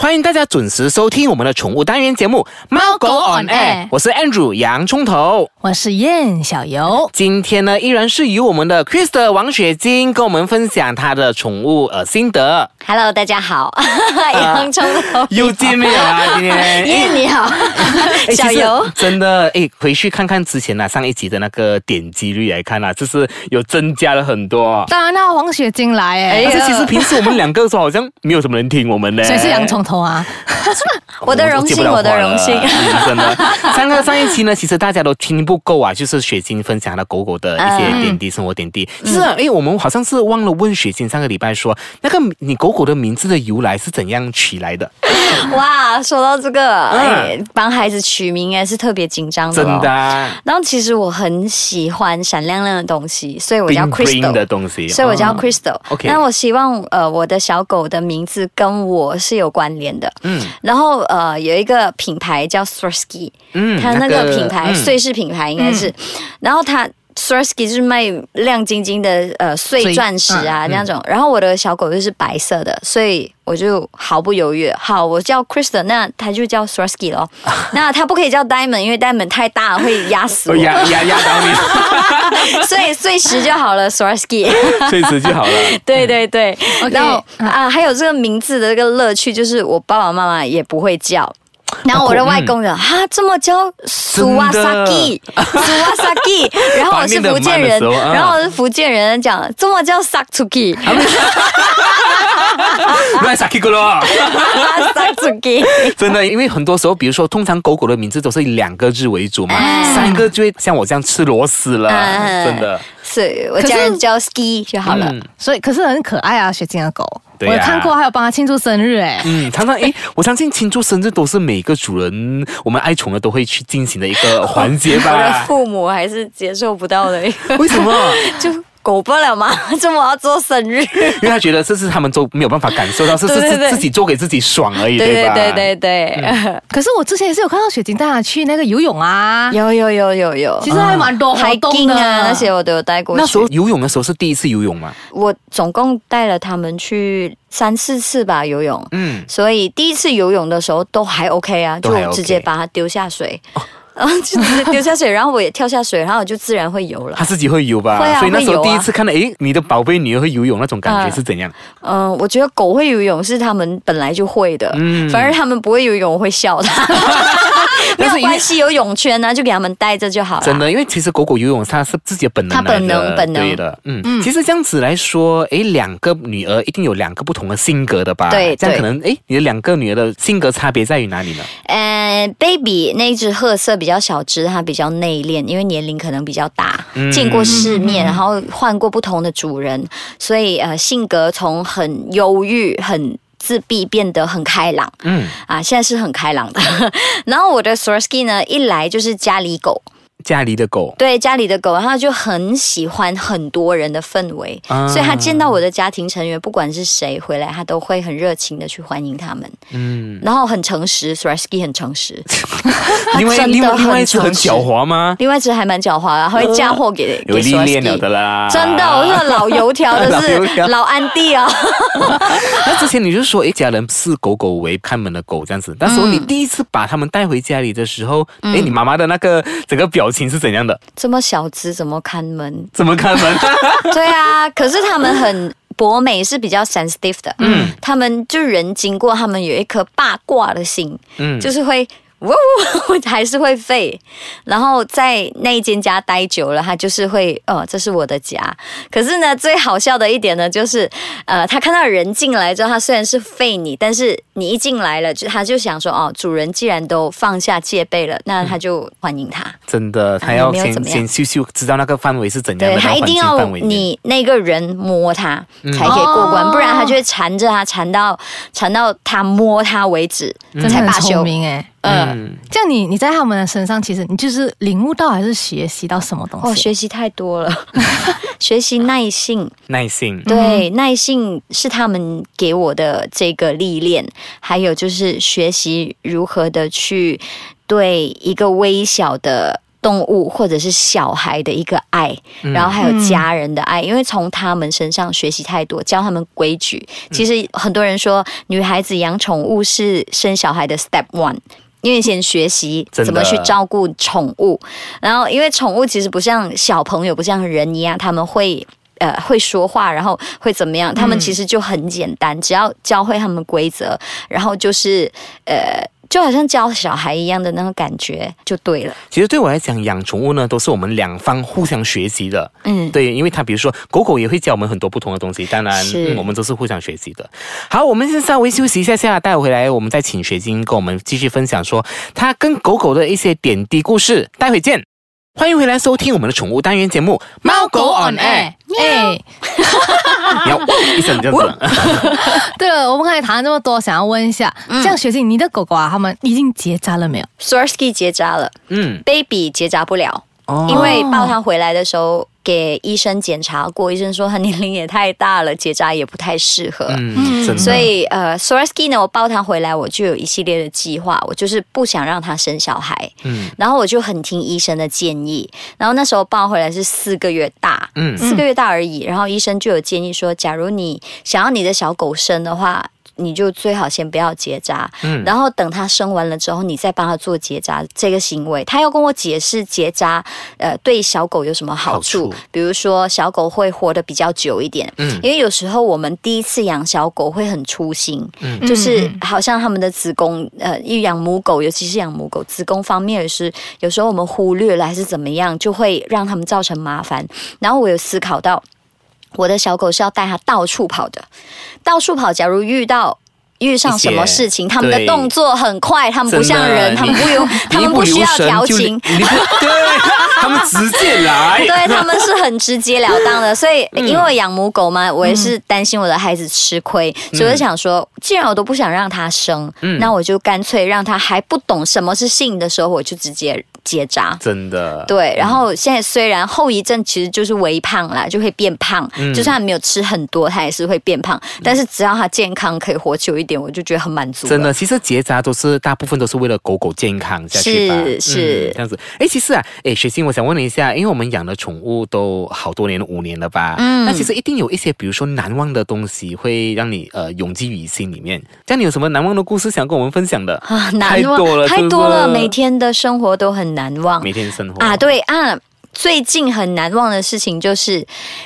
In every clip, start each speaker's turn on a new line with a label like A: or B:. A: 欢迎大家准时收听我们的宠物单元节目《猫狗 on air》，我是 Andrew 洋葱头。
B: 我是燕小游。
A: 今天呢，依然是由我们的 c h r i s t 王雪晶跟我们分享她的宠物呃心得。
C: Hello，大家 好，
B: 啊
C: 洋葱头，
A: 又见面了啊，今 天。
C: 耶，你好，
A: 哎
C: 小游
A: 其实。真的哎，回去看看之前呢、上一集的那个点击率来看啊，就是有增加了很多。
B: 当然啦，黄雪晶来哎、
A: 而且其实平时我们两个说好像没有什么人听我们的，
B: 谁是洋葱头啊？
C: 哎我的荣幸
A: 接不了
C: 我的
A: 话了
C: 荣幸
A: 嗯真 的。上个上一期呢，其实大家都听不够啊，就是雪晶分享了狗狗的一些点滴、生活点
C: 嗯
A: 滴。是啊，哎，我们好像是忘了问雪晶上个礼拜说，那个你狗狗的名字的由来是怎样取来的？
C: 哇，说到这个，
A: 嗯
C: 哎，帮孩子取名哎也是特别紧张的、
A: 真
C: 哦，
A: 的、。啊，
C: 然后其实我很喜欢闪亮亮的东西，所以我叫
A: bling bling 的
C: Crystal。
A: 东西，
C: 所以我叫
A: 嗯
C: Crystal，、
A: OK
C: 那我希望呃我的小狗的名字跟我是有关联的，嗯，然后呃有一个品牌叫 Swarovski，
A: 嗯
C: 它那个嗯品牌、
A: 嗯
C: 瑞士品牌应该是，然后它 Swarovski 就是卖亮晶晶的呃碎
B: 碎
C: 钻石啊那种，然后我的小狗就是白色的，所以我就毫不犹豫，好，我叫 Crystal，那它就叫 Swarovski 咯，那它不可以叫 Diamond，因为 Diamond 太大了 会压死
A: 哦
C: 我，
A: 压压压倒你。
C: 所以碎石就好了 Swarovski。
A: 碎石就好了。
C: 对对对，然后
B: OK，啊
A: 嗯
C: 啊，还有这个名字的这个乐趣，就是我爸爸妈妈也不会叫。
A: 哦
C: 然后我的外
A: 嗯
C: 公人哈、这么叫苏瓦萨基，苏瓦萨 基，然后我是福建人，
A: 把念得慢的时候啊
C: 然后我是福建人讲这么叫萨图 基，
A: 乱撒 K 哥咯，
C: 萨图基，
A: 真的，因为很多时候，比如说，通常狗狗的名字都是以两个字为主嘛，
C: 哎
A: 三个就会像我这样吃螺丝了，
C: 哎
A: 真的。
C: 所以我家
B: 可
C: 人
B: 是
C: 叫 ski 就好了。
A: 嗯
B: 所以可是很可爱啊，雪晶的狗。
A: 对
B: 我
A: 啊
B: 有看过，还有帮它庆祝生日哎、
A: 嗯，常常 诶，我相信庆祝生日都是每个主人我们爱宠的都会去进行的一个环节
C: 我的
A: 吧？
C: 父母还是接受不 到的一个，
A: 为什么？
C: 就狗不了嘛， 这么要做生日。
A: 因为他觉得这是他们都没有办法感受到，是 是
C: 对对
A: 是
C: 对
A: 自己做给自己爽而已，
C: 对
A: 吧？嗯
C: 对对对，
B: 可是我之前也是有看到雪晶带它去那个游泳啊，
C: 有有有有有，
B: 其实还蛮多活动
C: hiking
B: 的
C: 啊那些我都有带过去。
A: 那时候游泳的时候是第一次游泳嘛？
C: 我总共带了他们去三四次吧游泳，
A: 嗯，
C: 所以第一次游泳的时候都还 OK 啊，
A: 都还
C: 就
A: OK 哦
C: 直接把它丢下水， 然后就直接丢下水，然后我也跳下水，然后我就自然会游了
A: 他。自己会游吧？
C: 会啊
A: 所以那时
C: 会游
A: 候
C: 啊
A: 第一次看到，诶，你的宝贝女儿会游泳那种感觉是怎样？
C: 嗯、我觉得狗会游泳是他们本来就会的，反而他们不会游泳我会笑 它。没
A: 嗯 但
C: 有
A: 是因为
C: 关系，游泳圈啊呢、就给他们带着就好了。
A: 真的，因为其实狗狗游泳它是自己的本能
C: 啊它
A: 来的，
C: 本能本能
A: 对的，嗯，其实这样子来说，诶，两个女儿一定有两个不同的性格的吧？
C: 对
A: 这样
C: 对
A: 可能诶，你的两个女儿的性格差别在于哪里呢？
C: 呃，baby 那只褐色比较小只，它比较内敛，因为年龄可能比较大，
A: 嗯
C: 见过世面，然后换过不同的主人，所以呃，性格从很忧郁、很自闭变得很开朗
A: 嗯，
C: 啊，现在是很开朗的。 然后我的 Swarovski 呢，一来就是家里狗，
A: 家里的狗，
C: 对家里的狗，然后就很喜欢很多人的氛围，
A: 啊
C: 所以他见到我的家庭成员，不管是谁回来，他都会很热情的去欢迎他们，
A: 嗯，
C: 然后很诚实 s w a r s k i 很诚实。
A: 另外
C: 真的
A: 另外
C: 很
A: 另外一只很
C: 诚实
A: 狡猾吗？
C: 另外一只还蛮狡猾的，还会嫁祸给、
A: 有
C: 给
A: 历练
C: Swarovski
A: 了的啦，
C: 真的，我说老油条
A: 老
C: 的
A: 油
C: 是
A: 条
C: 老安迪哦，
A: 那之前你就说，一家人视狗狗为看门的狗这样子。那时候
C: 嗯
A: 你第一次把他们带回家里的时候，哎、你妈妈的那个整个表情是怎样的？？
C: 这么小只怎么看门
A: 怎么看门？
C: 对啊，可是他们很。博美是比较 sensitive 的，嗯，他们就人经过，他们有一颗八卦的心，
A: 嗯
C: 就是会，呜，还是会吠。然后在那一间家待久了，他就是会，哦，这是我的家。可是呢，最好笑的一点呢，就是，呃，他看到人进来之后，他虽然是吠你，但是你一进来了，就他就想说，哦，主人既然都放下戒备了，那他就欢迎他。
A: 真的，他
C: 也
A: 要
C: 嗯没有
A: 先
C: 怎么样
A: 先秀秀，知道那个范围是怎样
C: 对
A: 的，
C: 他
A: 那
C: 一
A: 个
C: 定
A: 环境
C: 要
A: 范围内
C: 你那个人摸他才可以过关，
B: 哦
C: 不然他就会缠着他，缠到缠到他摸他为止、
A: 嗯
B: 真的
C: 才
B: 很
C: 罢
B: 聪
C: 休。
B: 明哎、
C: 嗯，
B: 这样你你在他们的身上，其实你就是领悟到还是学习到什么东
C: 哦，
B: 西？
C: 学习太多了，学习耐性，
A: 耐性。
C: 对，耐性是他们给我的这个历练，还有就是学习如何的去对一个微小的。动物或者是小孩的一个爱，
A: 嗯
C: 然后还有家人的爱，因为从他们身上学习太多，教他们规矩。
A: 嗯
C: 其实很多人说，女孩子养宠物是生小孩的 step one。因为先学习
A: 真的
C: 怎么去照顾宠物，然后因为宠物其实不像小朋友，不像人一样，他们会呃会说话，然后会怎么
A: 嗯
C: 样？他们其实就很简单，只要教会他们规则，然后就是呃，就好像教小孩一样的那种感觉就对了。
A: 其实对我来讲，养宠物呢都是我们两方互相学习的。
C: 嗯
A: 对，因为它比如说狗狗也会教我们很多不同的东西，当然、
C: 是
A: 嗯、我们都是互相学习的。好，我们先稍微休息一下下，待会回来我们再请雪晶跟我们继续分享说它跟狗狗的一些点滴故事。待会见，欢迎回来收听我们的宠物单元节目《猫狗 on air
B: 哎，》。
A: 你要喔一声这样子，
B: 对了，我们刚才谈了那么多，想要问一下，
C: 嗯
B: 像雪静，你的狗狗啊，他们已经结扎了没有？
C: Swarovski 结扎了
A: 嗯，
C: ，baby 结扎不了，
A: 哦
C: 因为抱他回来的时候给医生检查过，医生说他年龄也太大了，结扎也不太适合。
A: 嗯，真的
C: 所以，呃 s o r s k i 呢，我抱他回来，我就有一系列的计划，我就是不想让他生小孩，
A: 嗯
C: 然后我就很听医生的建议。然后那时候抱回来是四个月大，
A: 嗯
C: 四个月大而已。然后医生就有建议说，假如你想要你的小狗生的话，你就最好先不要结扎，
A: 嗯
C: 然后等它生完了之后，你再帮它做结扎这个行为。他要跟我解释结扎，呃，对小狗有什么好处？
A: 好处
C: 比如说小狗会活得比较久一点，
A: 嗯
C: 因为有时候我们第一次养小狗会很粗心，
A: 嗯
C: 就是好像他们的子宫，呃，因为养母狗，尤其是养母狗，子宫方面也是有时候我们忽略了还是怎么样，就会让他们造成麻烦。然后我有思考到，我的小狗是要带它到处跑的，到处跑，假如遇到。遇上什么
A: 一些
C: 事情，他们的
A: 对
C: 动作很快，他们嗯不像
A: 真
C: 人，
A: 的
C: 他们不 用，他
A: 你一
C: 们
A: 不
C: 需
A: 留
C: 要
A: 神
C: 调
A: 就
C: 情，
A: 你不 对，他们直接来，
C: 对，他们是很直截了当的，所以
A: 嗯
C: 因为我养母狗嘛，我也是担心我的孩子吃亏，
A: 嗯
C: 所以我就想说，既然我都不想让它生，那我就干脆让它还不懂什么是性的时候，我就直接结扎。
A: 真的，
C: 对，然后现在虽然后遗症其实就是微胖啦，就会变胖，
A: 嗯
C: 就算没有吃很多，它也是会变胖。但是只要它健康，可以活久一点，我就觉得很满足了。
A: 真的，其实结扎都是大部分都是为了狗狗健康下去吧，
C: 是是
A: 嗯这样子。哎，其实啊，哎，雪欣，我想问你一下，因为我们养的宠物都好多年，五年了吧？嗯，那其实一定有一些，比如说难忘的东西，会让你呃永记于心里面。这样你有什么难忘的故事想跟我们分享的？
C: 啊，难
A: 太
C: 忘
A: 多了，
C: 太
A: 真的
C: 多了，每天的生活都很难忘。
A: 每天生活
C: 啊，，对啊，最近很难忘的事情就是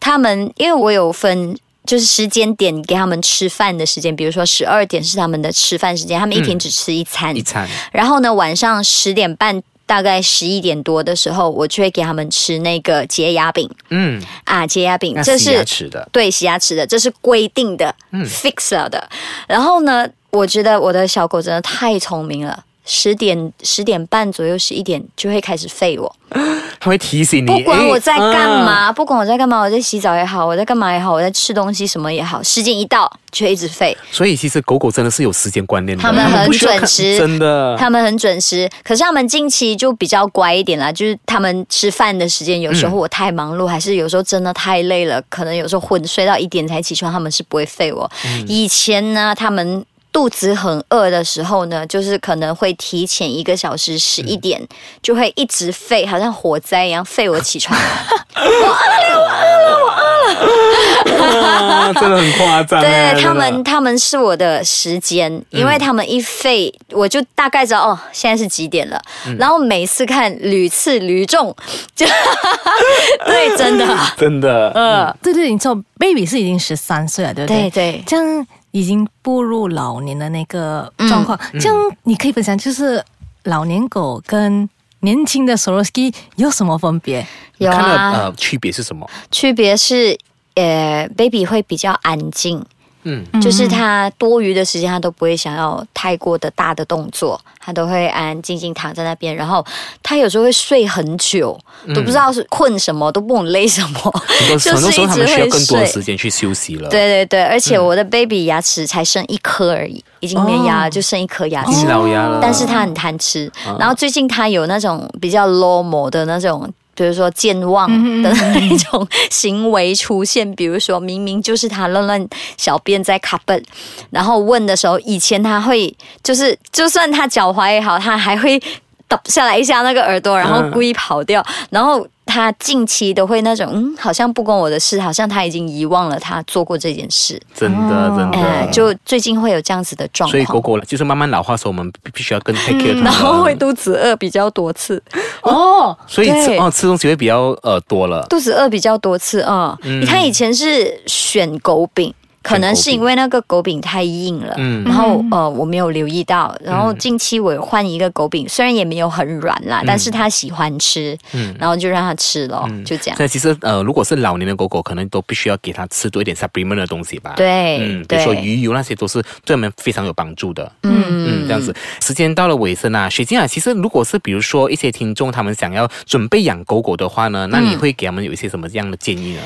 C: 他们，因为我有分。就是时间点给他们吃饭的时间，比如说十二点是他们的吃饭时间，他们一天只吃一餐。
A: 嗯一餐
C: 然后呢，晚上十点半大概十一点多的时候，我就会给他们吃那个洁牙饼
A: 嗯，
C: 啊，洁牙饼，
A: 那
C: 这
A: 洗牙
C: 是
A: 齿嗯的，
C: 对洗牙齿的，这是规定的、f i x 了的。然后呢，我觉得我的小狗真的太聪明了，十点十点半左右十一点就会开始吠我。
A: 它会提醒你，
C: 不管
A: 诶嗯
C: 我在干嘛，不管我在干嘛，我在洗澡也好，我在干嘛也好，我在吃东西什么也好，时间一到就一直吠，
A: 所以其实狗狗真的是有时间观念的，
C: 它们很
A: 不需要看
C: 准时
A: 真的。
C: 他们很准时。可是他们近期就比较乖一点啦，就是他们吃饭的时间，有时候我太忙碌，还是有时候真的太累了，可能有时候昏睡到一点才起床，他们是不会吠我。以前呢，他们。肚子很饿的时候呢，就是可能会提前一个小时十一点、就会一直吠，好像火灾一样吠我起床。
A: 啊 真的很夸张欸。
C: 对
A: 真的
C: 他们，他们是我的时间，
A: 嗯
C: 因为他们一吠，我就大概知道哦，现在是几点了。
A: 嗯
C: 然后每次看屡次屡中，就 对，真的，
A: 真的，
C: 呃，
B: 对对，你知道 baby 是已经十三岁了，对不
C: 对
B: 对？
C: 对。
B: 这样已经步入老年的那个状况，这样你可以分享，就是老年狗跟年轻的 Soroski 有什么分别？
C: 有
A: 看到
C: 啊，
A: 呃区别是什么？
C: 区别是，呃，baby 会比较安静，
A: 嗯，
C: 就是他多余的时间他都不会想要太过的大的动作，他都会安安静静躺在那边。然后他有时候会睡很久，都不知道是困什么，都不懂累什么，
A: 很多嗯 很多时候他们需要更多的
C: 睡
A: 时间去休息了。，
C: 对对对，而且我的 baby 牙齿才剩一颗而已，已经没牙了，
B: 哦
C: 就剩一颗牙
A: 已经
C: 齿。
A: 老牙了。
C: 但是它很贪吃，
A: 啊
C: 然后最近它有那种比较 low 模的那种。比如说健忘的那种行为出现，比如说明明就是他乱乱小便在 cupboard，然后问的时候，以前他会就是就算他脚踝也好，他还会倒下来一下那个耳朵，然后故意跑掉，然后。他近期都会那种，嗯，好像不关我的事，好像他已经遗忘了他做过这件事，
A: 真的真的。
C: 哎、就最近会有这样子的状
A: 嗯所以
C: 况，
A: 狗狗就是慢慢老化的时候，我们必必须要更 take care 它们
C: 嗯然后会肚子饿比较多次，
B: 哦，
A: 所以吃
C: 对
A: 哦吃东西会比较呃多了。
C: 肚子饿比较多次啊、
A: 嗯
C: 他以前是选狗饼。可能是因为那个狗饼太硬了，
A: 嗯
C: 然后呃我没有留意到，然后近期我有换一个狗饼，虽然也没有很软啦，
A: 嗯
C: 但是他喜欢吃，然后就让他吃咯，就这样。
A: 那其实呃，如果是老年的狗狗，可能都必须要给它吃多一点 supplement 的东西吧。。
C: 对，
A: 嗯，比
C: 对
A: 如说鱼油那些都是对我们非常有帮助的。嗯，
C: 嗯
A: 这样子，时间到了尾声啊，雪晶啊，其实如果是比如说一些听众他们想要准备养狗狗的话呢，那
C: 嗯
A: 你会给他们有一些什么样的建议呢？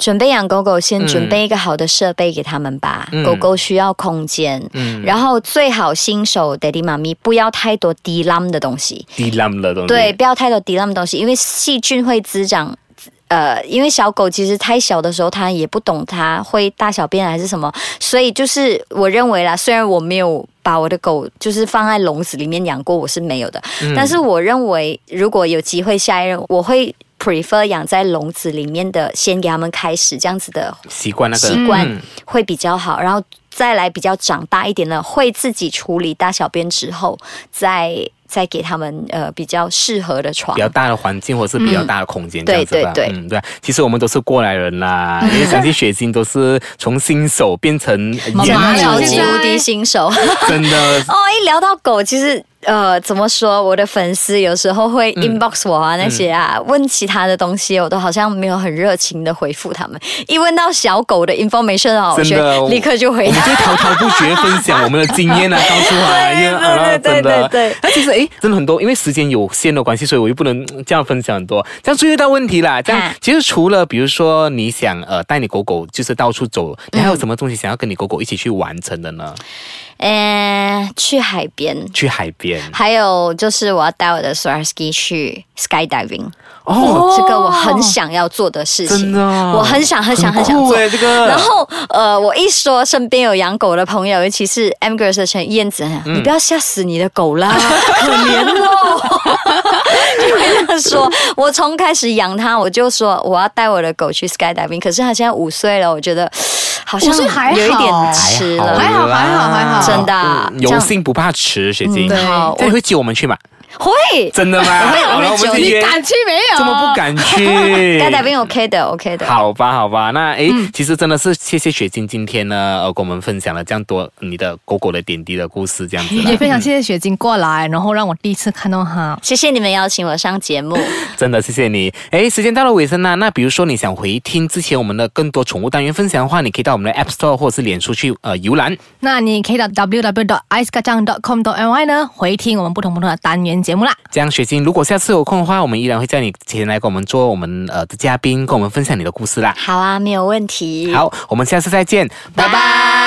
C: 准备养狗狗，先
A: 嗯
C: 准备一个好的设备给他们吧。
A: 嗯
C: 狗狗需要空间，
A: 嗯
C: 然后最好新手 daddy 妈咪不要太多低浪的东西，
A: 低浪的东西，
C: 对，，不要太多低浪的东西，因为细菌会滋长。呃，因为小狗其实太小的时候，它也不懂它会大小便还是什么，所以就是我认为啦，虽然我没有把我的狗就是放在笼子里面养过，我是没有的，
A: 嗯
C: 但是我认为如果有机会下一任，我会 prefer 养在笼子里面的，先给他们开始这样子的
A: 习惯那个
C: 习惯
A: 嗯
C: 会比较好，然后再来比较长大一点的，会自己处理大小便之后，再再给他们呃比较适合的床
A: 比。较大的环境或者是比较大的空间，
C: 嗯
A: 这样子吧。
C: 对对对
A: 嗯，对啊。其实我们都是过来人啦， 因为相信雪晶都是从新手变成
B: 妈
A: 演
B: 妈
C: 超
B: 了
C: 级
B: 解
C: 无敌新手哦！
A: 真的
C: 一聊到狗，其实呃，怎么说？我的粉丝有时候
A: 嗯
C: 会 inbox 我啊，那些啊，问其他的东西，我都好像没有很热情的回复他们。一问到小狗的 information 啊，我
A: 真
C: 觉
A: 的
C: 得
A: 我
C: 立刻就回
A: 我们
C: 答。
A: 就滔滔不绝分享我们的经验啊，告诉他，因为啊，
C: 对
A: 真
C: 对
A: 的
C: 对，对
A: 那其实诶，真的很多，因为时间有限的关系，所以我又不能嗯这样分享很多。这样注意到问题啦，这样
C: 啊
A: 其实除了比如说你想呃带你狗狗就是到处走，你还有什么东西想要跟你狗狗一起去完成的呢？
C: 嗯，去海边。
A: 去海边
C: 还有就是我要带我的 Swarovski 去 skydiving，
A: 哦，
C: 这个我很想要做的事情，
A: 真的啊
C: 我很想很想很想
A: 酷欸
C: 做。
A: 诶，这个。
C: 然后呃，我一说身边有养狗的朋友，尤其是 M Girls 的陈燕子，
A: 嗯
C: 你不要吓死你的 狗啦，可怜哦。就会这样说，我从开始养它，我就说我要带我的狗去 skydiving，可是它现在五岁了，我觉得 好像
B: 五岁还好
C: 有一点迟了，
B: 还好还好还好
C: 真的啊
A: 嗯
C: 这
A: 有
C: 样
A: 幸不怕迟，雪晶。
C: 嗯对好
A: 这样你会接我们去吗？
C: 会。
A: 真的吗？好了，我们
B: 你
A: 约。
B: 敢去没有？
A: 这么不？敢去？
C: skydiving OK 的，OK 的。
A: 好吧，好吧，那诶，其实真的是谢谢雪晶今天呢，呃，跟我们分享了这样多你的狗狗的点滴的故事，这样子啦
B: 也非常谢谢雪晶过来，然后让我第一次看到她。
C: 谢谢你们邀请我上节目，
A: 真的谢谢你。诶，时间到了尾声啦，那比如说你想回听之前我们的更多宠物单元分享的话，你可以到我们的 App Store 或者是脸书去呃浏览。
B: 那你可以到 www. i c e k a c a n g com. my 呢回听我们不同不同的单元节目啦。
A: 这样，雪晶，如果下次有空的话，我们依然会叫你前来跟我们做我们呃的嘉宾，跟我们分享你的故事啦。
C: 好啊，没有问题。
A: 嗯好，我们下次再见，拜拜。